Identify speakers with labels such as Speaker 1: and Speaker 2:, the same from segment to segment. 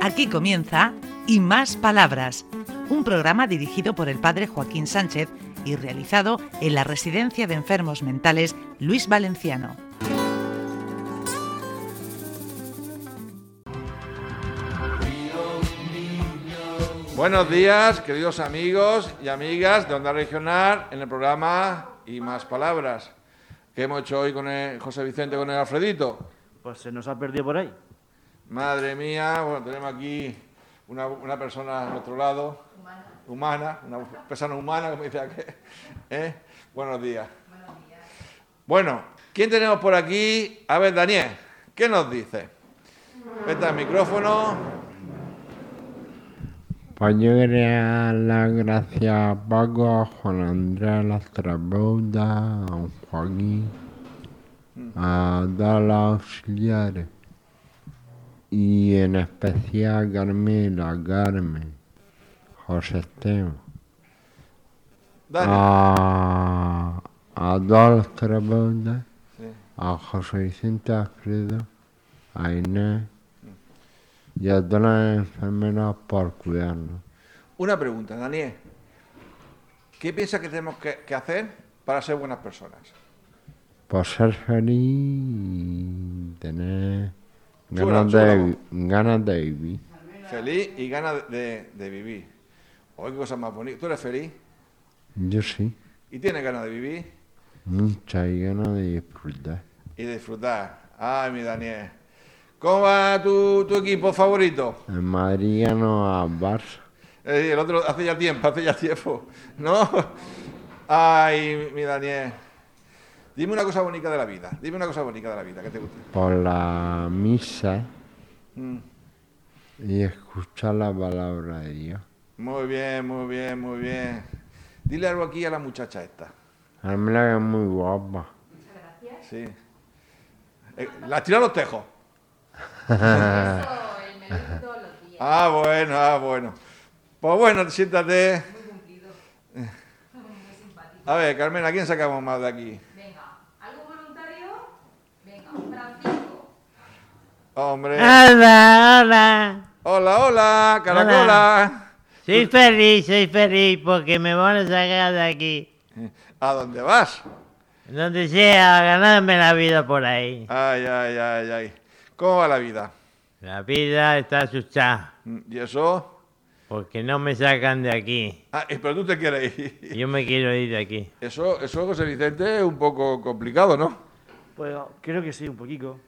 Speaker 1: Aquí comienza Y Más Palabras, un programa dirigido por el padre Joaquín Sánchez y realizado en la Residencia de Enfermos Mentales Luis Valenciano.
Speaker 2: Buenos días, queridos amigos y amigas de Onda Regional, en el programa Y Más Palabras. ¿Qué hemos hecho hoy con el José Vicente, con el Alfredito?
Speaker 3: Pues se nos ha perdido por ahí.
Speaker 2: Madre mía, bueno, tenemos aquí una, una persona a nuestro lado, humana, una persona humana, como dice aquel. ¿Eh? Buenos días. Bueno, ¿quién tenemos por aquí? A ver, Daniel, ¿qué nos dice? Vete al micrófono.
Speaker 4: Pues yo quería dar las gracias a Paco, a Juan Andrés, a las terapeutas, a Joaquín, a todos los auxiliares y en especial a Carmela, a Carmen, José Esteban,
Speaker 2: Dani.
Speaker 4: a, a todos los terapeutas,
Speaker 2: Sí.
Speaker 4: a José Vicente Alfredo, a Inés y a todas las enfermeras por cuidarnos.
Speaker 2: Una pregunta, Daniel. ¿Qué piensas que tenemos que, que hacer para ser buenas personas?
Speaker 4: Por ser feliz y tener
Speaker 2: Chula,
Speaker 4: ganas
Speaker 2: chula.
Speaker 4: de, ganas de vivir.
Speaker 2: Feliz y ganas de, de vivir. Oye, qué cosa más bonita. Tú eres feliz
Speaker 4: Yo sí,
Speaker 2: y tienes ganas de vivir
Speaker 4: muchas y ganas de disfrutar.
Speaker 2: y de disfrutar. Ay, mi Daniel. ¿Cómo va tu, tu equipo favorito?
Speaker 4: En Madrid ganó a Barça.
Speaker 2: Eh, el otro hace ya tiempo, hace ya tiempo, ¿no? Ay, mi Daniel. Dime una cosa bonita de la vida. Dime una cosa bonita de la vida que te guste.
Speaker 4: por la misa
Speaker 2: Mm.
Speaker 4: y escuchar la palabra de Dios.
Speaker 2: Muy bien, muy bien, muy bien. Dile algo aquí a la muchacha esta.
Speaker 4: Carmela que es muy guapa.
Speaker 2: Sí. Eh, la tira a los tejos. Ah, bueno, ah, bueno. Pues bueno, siéntate. A ver, Carmen, ¿a quién sacamos más de aquí?
Speaker 5: Venga, ¿algo voluntario? Venga, Francisco.
Speaker 2: Hombre.
Speaker 6: Ah. Hola, hola.
Speaker 2: Hola, hola, caracola.
Speaker 6: Soy feliz, soy feliz porque me van a sacar de aquí.
Speaker 2: ¿A dónde vas?
Speaker 6: Donde sea, a ganarme la vida por ahí.
Speaker 2: Ay, ay, ay, ay. ¿Cómo va la vida?
Speaker 6: La vida está asustada
Speaker 2: Mm, ¿Y eso?
Speaker 6: porque no me sacan de aquí.
Speaker 2: Ah, eh, pero tú te quieres ir.
Speaker 6: Yo me quiero ir de aquí.
Speaker 2: Eso, eso, José Vicente, es un poco complicado, ¿no?
Speaker 3: Pues creo que sí, un poquito.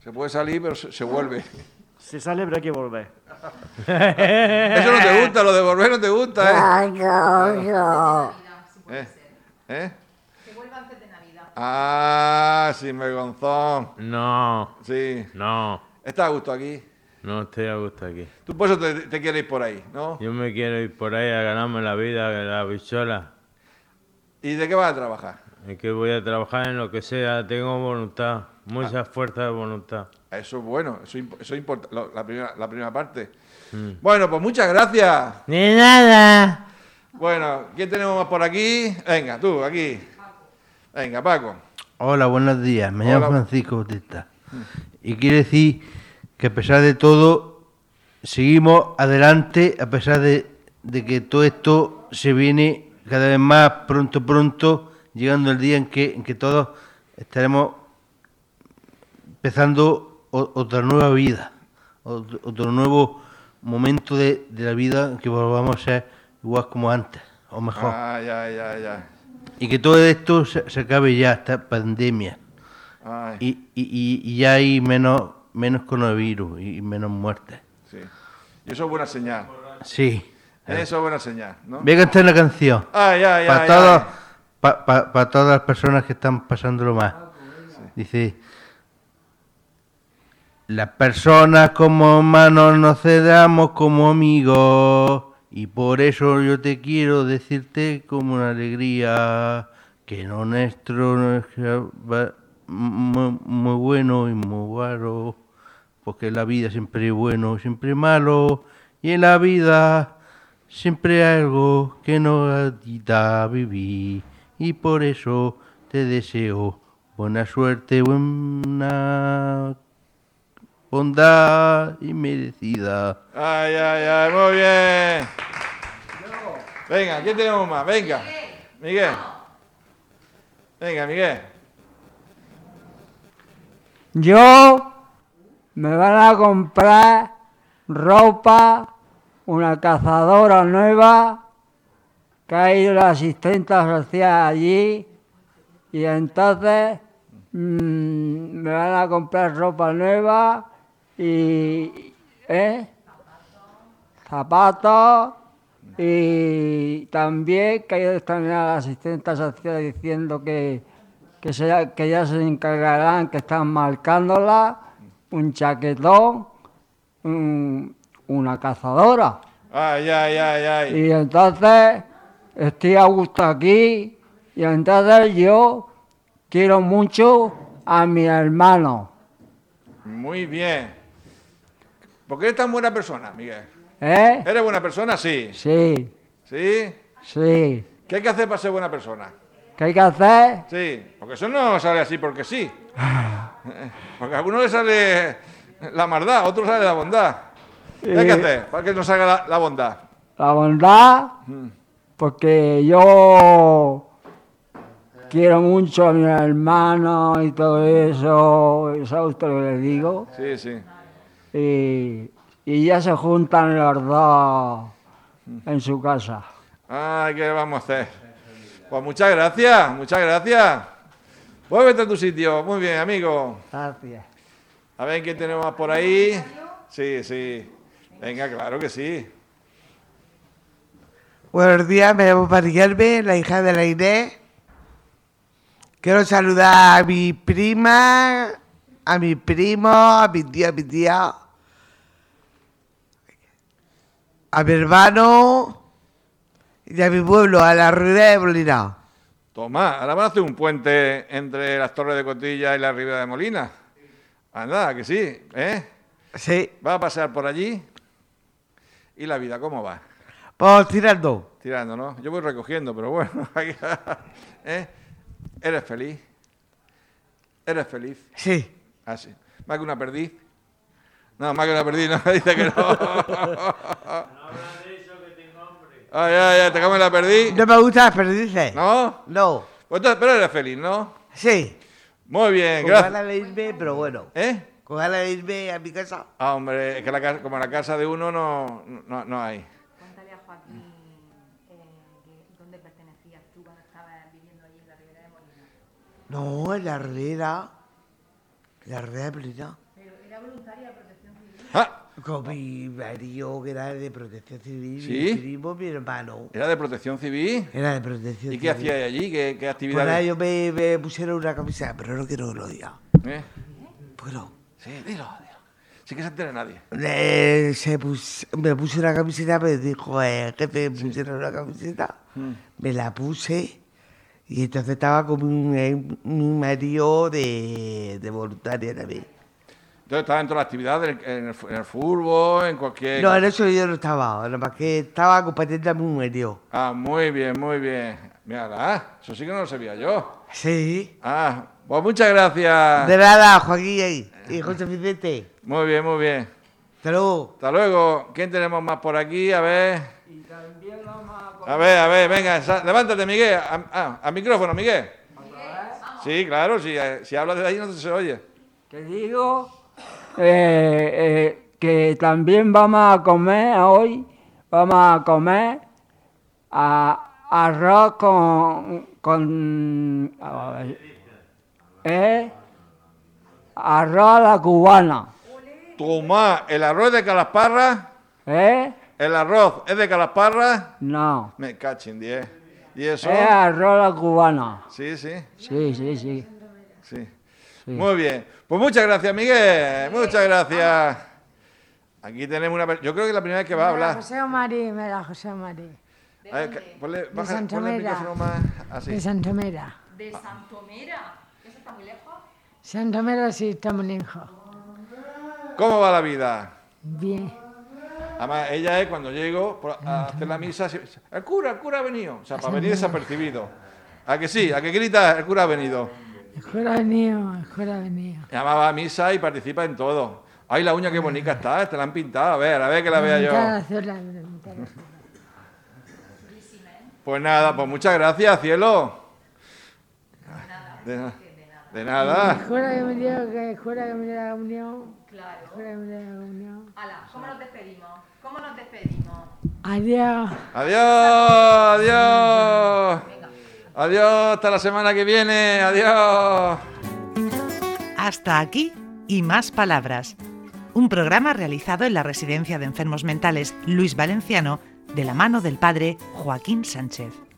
Speaker 2: Se puede salir, pero se, se vuelve.
Speaker 3: Se sale, pero hay que volver.
Speaker 2: Eso no te gusta, lo de volver no te gusta, ¿eh? ¿Eh? ¿Eh?
Speaker 5: Que vuelva antes de Navidad.
Speaker 2: Ah, sí, vergonzón.
Speaker 6: No,
Speaker 2: Sí.
Speaker 6: no,
Speaker 2: Está a gusto aquí.
Speaker 6: no estoy a gusto aquí.
Speaker 2: Tú por eso te, te quieres ir por ahí, ¿no?
Speaker 6: Yo me quiero ir por ahí a ganarme la vida, la bichola.
Speaker 2: ¿Y de qué vas a trabajar?
Speaker 6: Es que voy a trabajar en lo que sea, tengo voluntad, mucha fuerza de voluntad.
Speaker 2: Eso es bueno, eso, imp- eso importa, lo- la, primera, la primera parte. Bueno, pues muchas gracias.
Speaker 6: Ni nada.
Speaker 2: Bueno, ¿quién tenemos más por aquí? Venga, tú, aquí. Venga, Paco.
Speaker 7: Hola, buenos días. Me
Speaker 2: Hola.
Speaker 7: llamo Francisco Bautista. Y quiere decir que a pesar de todo, seguimos adelante, a pesar de, de que todo esto se viene cada vez más pronto, pronto, llegando el día en que, en que todos estaremos empezando o- otra nueva vida, ot- otro nuevo momento de, de la vida en que volvamos a ser igual como antes, o mejor.
Speaker 2: Ay, ay, ay, ay.
Speaker 7: Y que todo esto se, se acabe ya, esta pandemia.
Speaker 2: Ay,
Speaker 7: Y, y, y- y ya hay menos, menos coronavirus y menos muertes.
Speaker 2: sí. Y eso es buena señal.
Speaker 7: Sí.
Speaker 2: Eso es buena señal, ¿no?
Speaker 7: Voy a cantar una canción.
Speaker 2: Ay, ay,
Speaker 7: Para
Speaker 2: ay,
Speaker 7: todos,
Speaker 2: ay.
Speaker 7: pa- pa- para todas las personas que están pasándolo mal.
Speaker 2: Ah, pues
Speaker 7: Dice. Las personas como humanos nos cedamos como amigos y por eso yo te quiero decirte como una alegría que lo nuestro no es que va- mu- muy bueno y muy raro porque la vida siempre es bueno, siempre es malo y en la vida siempre hay algo que nos quita vivir y por eso te deseo buena suerte, buena bondad inmerecida.
Speaker 2: Ay, ay, ay, muy bien. Venga, ¿qué tenemos más? Venga. Miguel. Venga, Miguel.
Speaker 8: Yo me van a comprar ropa, una cazadora nueva, que ha ido la asistente social allí, y entonces mm, me van a comprar ropa nueva y ¿eh? zapatos. Y también que ha ido también a la asistente social diciendo que, que, se- que ya se encargarán, que están marcándola, un chaquetón, un- una cazadora.
Speaker 2: Ay, ay, ay, ay.
Speaker 8: Y entonces estoy a gusto aquí y entonces yo quiero mucho a mi hermano,
Speaker 2: Muy bien. ¿Por qué eres tan buena persona, Miguel?
Speaker 8: ¿eh?
Speaker 2: ¿Eres buena persona? Sí.
Speaker 8: Sí,
Speaker 2: ¿Sí?
Speaker 8: sí.
Speaker 2: ¿Qué hay que hacer para ser buena persona?
Speaker 8: ¿Qué hay que hacer?
Speaker 2: Sí, porque eso no sale así porque sí. Eh, Porque a alguno le sale la maldad, a otro sale la bondad. ¿Qué hay que
Speaker 8: Eh.
Speaker 2: hacer para que no salga la, la bondad?
Speaker 8: La bondad, porque yo quiero mucho a mi hermano y todo eso, eso es lo que le digo.
Speaker 2: Sí, sí.
Speaker 8: Y, y ya se juntan los dos en su casa.
Speaker 2: Ay, ¿qué vamos a hacer? Pues muchas gracias, muchas gracias. Vuelvete a tu sitio. Muy bien, amigo.
Speaker 8: Gracias.
Speaker 2: A ver quién tenemos más por ahí. Sí, sí. Venga, claro que sí.
Speaker 9: Buenos días, me llamo Mari Carmen, la hija de la Inés. Quiero saludar a mi prima, a mi primo, a mi tía, a mi tía, a mi hermano y a mi pueblo, a la rueda de Molina.
Speaker 2: Tomás, ahora van a hacer un puente entre las Torres de Cotilla y la Ribera de Molina. Anda, que sí, ¿eh?
Speaker 9: Sí,
Speaker 2: Va a pasar por allí. ¿Y la vida cómo va?
Speaker 9: vamos tirando.
Speaker 2: Tirando, ¿no? Yo voy recogiendo, pero bueno. aquí- ¿eh? Eres feliz. Eres feliz.
Speaker 9: Sí,
Speaker 2: Ah, sí. Más que una perdiz. No, más que una perdiz, no, dice que no. Ay, ay, ay, te comes la perdiz.
Speaker 9: no me gustan las perdices.
Speaker 2: ¿No?
Speaker 9: No,
Speaker 2: Pues entonces, pero eres feliz, ¿no?
Speaker 9: sí.
Speaker 2: Muy bien,
Speaker 9: Con
Speaker 2: gracias.
Speaker 9: ganas de irme, pero bueno.
Speaker 2: ¿Eh?
Speaker 9: Con ganas de irme a mi casa.
Speaker 2: Ah, hombre, es que la casa- como la casa de uno no, no, no hay.
Speaker 5: Cuéntale a Joaquín eh, que- dónde pertenecías tú cuando estabas viviendo allí en la Ribera de Molina.
Speaker 9: No, en la rueda. La rueda de Molina.
Speaker 2: Ah,
Speaker 9: Con mi marido, que era de protección civil,
Speaker 2: ¿Sí?
Speaker 9: mi primo, mi hermano.
Speaker 2: era de protección civil.
Speaker 9: Era de protección civil.
Speaker 2: ¿Y qué hacía allí? ¿Qué, qué
Speaker 9: Por ahí
Speaker 2: actividades?
Speaker 9: yo me, me pusieron una camisa, pero no quiero que lo diga.
Speaker 2: ¿Eh?
Speaker 9: Bueno,
Speaker 2: Sí, dilo, dilo. Sí que se entere nadie.
Speaker 9: eh, se pus- me puse una camiseta, me dijo el jefe, me pusieron una camiseta. Me la puse y entonces estaba con mi, eh, mi marido de, de voluntaria también.
Speaker 2: Entonces estaba en todas las actividades, en el, en el fu- en el fútbol, en cualquier...
Speaker 9: No, en eso yo no estaba, nada más que estaba acompañando a mi marido.
Speaker 2: Ah, muy bien, muy bien. Mira, ah, eso sí que no lo sabía yo.
Speaker 9: Sí.
Speaker 2: Ah, pues muchas gracias.
Speaker 9: De nada, Joaquín y José Vicente.
Speaker 2: Muy bien, muy bien.
Speaker 9: Hasta luego.
Speaker 2: Hasta luego. ¿Quién tenemos más por aquí? A ver. A ver, a ver, venga, sa- levántate, Miguel. A- ah, al micrófono, Miguel. Sí, claro, si, eh, si hablas de ahí no se oye.
Speaker 8: Que digo eh, eh, que también vamos a comer hoy, vamos a comer a- arroz con, con a ver, eh, arroz a la cubana,
Speaker 2: Tomás, el arroz de Calasparra,
Speaker 8: ¿eh?
Speaker 2: el arroz es de Calasparra.
Speaker 8: No,
Speaker 2: Me cachin, 10. ¿Y eso?
Speaker 8: es arroz a la cubana,
Speaker 2: Sí, sí,
Speaker 8: sí, sí, sí.
Speaker 2: sí. Muy bien. Pues muchas gracias, Miguel. Muchas gracias. Aquí tenemos una... per- Yo creo que es la primera vez que va a hablar.
Speaker 10: José Omarí, me la José Omarí.
Speaker 2: A ver, ca- ponle, baja,
Speaker 10: Santa
Speaker 2: ponle el
Speaker 10: Mera.
Speaker 2: micrófono más así.
Speaker 10: De Santomera.
Speaker 5: De Santomera. ¿Eso está muy lejos?
Speaker 10: Santomera sí está muy lejos.
Speaker 2: ¿Cómo va la vida?
Speaker 10: Bien.
Speaker 2: Además, ella es cuando llego por- a hacer la misa. se- se- El cura, el cura ha venido. O sea, para venir desapercibido. A que sí, a que grita, el cura ha venido.
Speaker 10: El cura ha venido, el cura ha venido.
Speaker 2: Y Además va a misa y participa en todo. Ay, la uña qué bonita está, te la han pintado. A ver, a ver que la vea
Speaker 8: Mitad
Speaker 2: yo.
Speaker 8: azul, la mitad azul.
Speaker 2: Pues nada, pues muchas gracias, cielo. De, na- de nada.
Speaker 8: Jura que me dio, que jura que me dio la unión. Claro. Jura que me dio la unión.
Speaker 5: Ala, ¿cómo nos despedimos? ¿Cómo nos despedimos?
Speaker 8: Adiós.
Speaker 2: Adiós, adiós. Adiós, hasta la semana que viene. Adiós.
Speaker 1: Hasta aquí y más palabras. Un programa realizado en la Residencia de Enfermos Mentales Luis Valenciano de la mano del padre Joaquín Sánchez.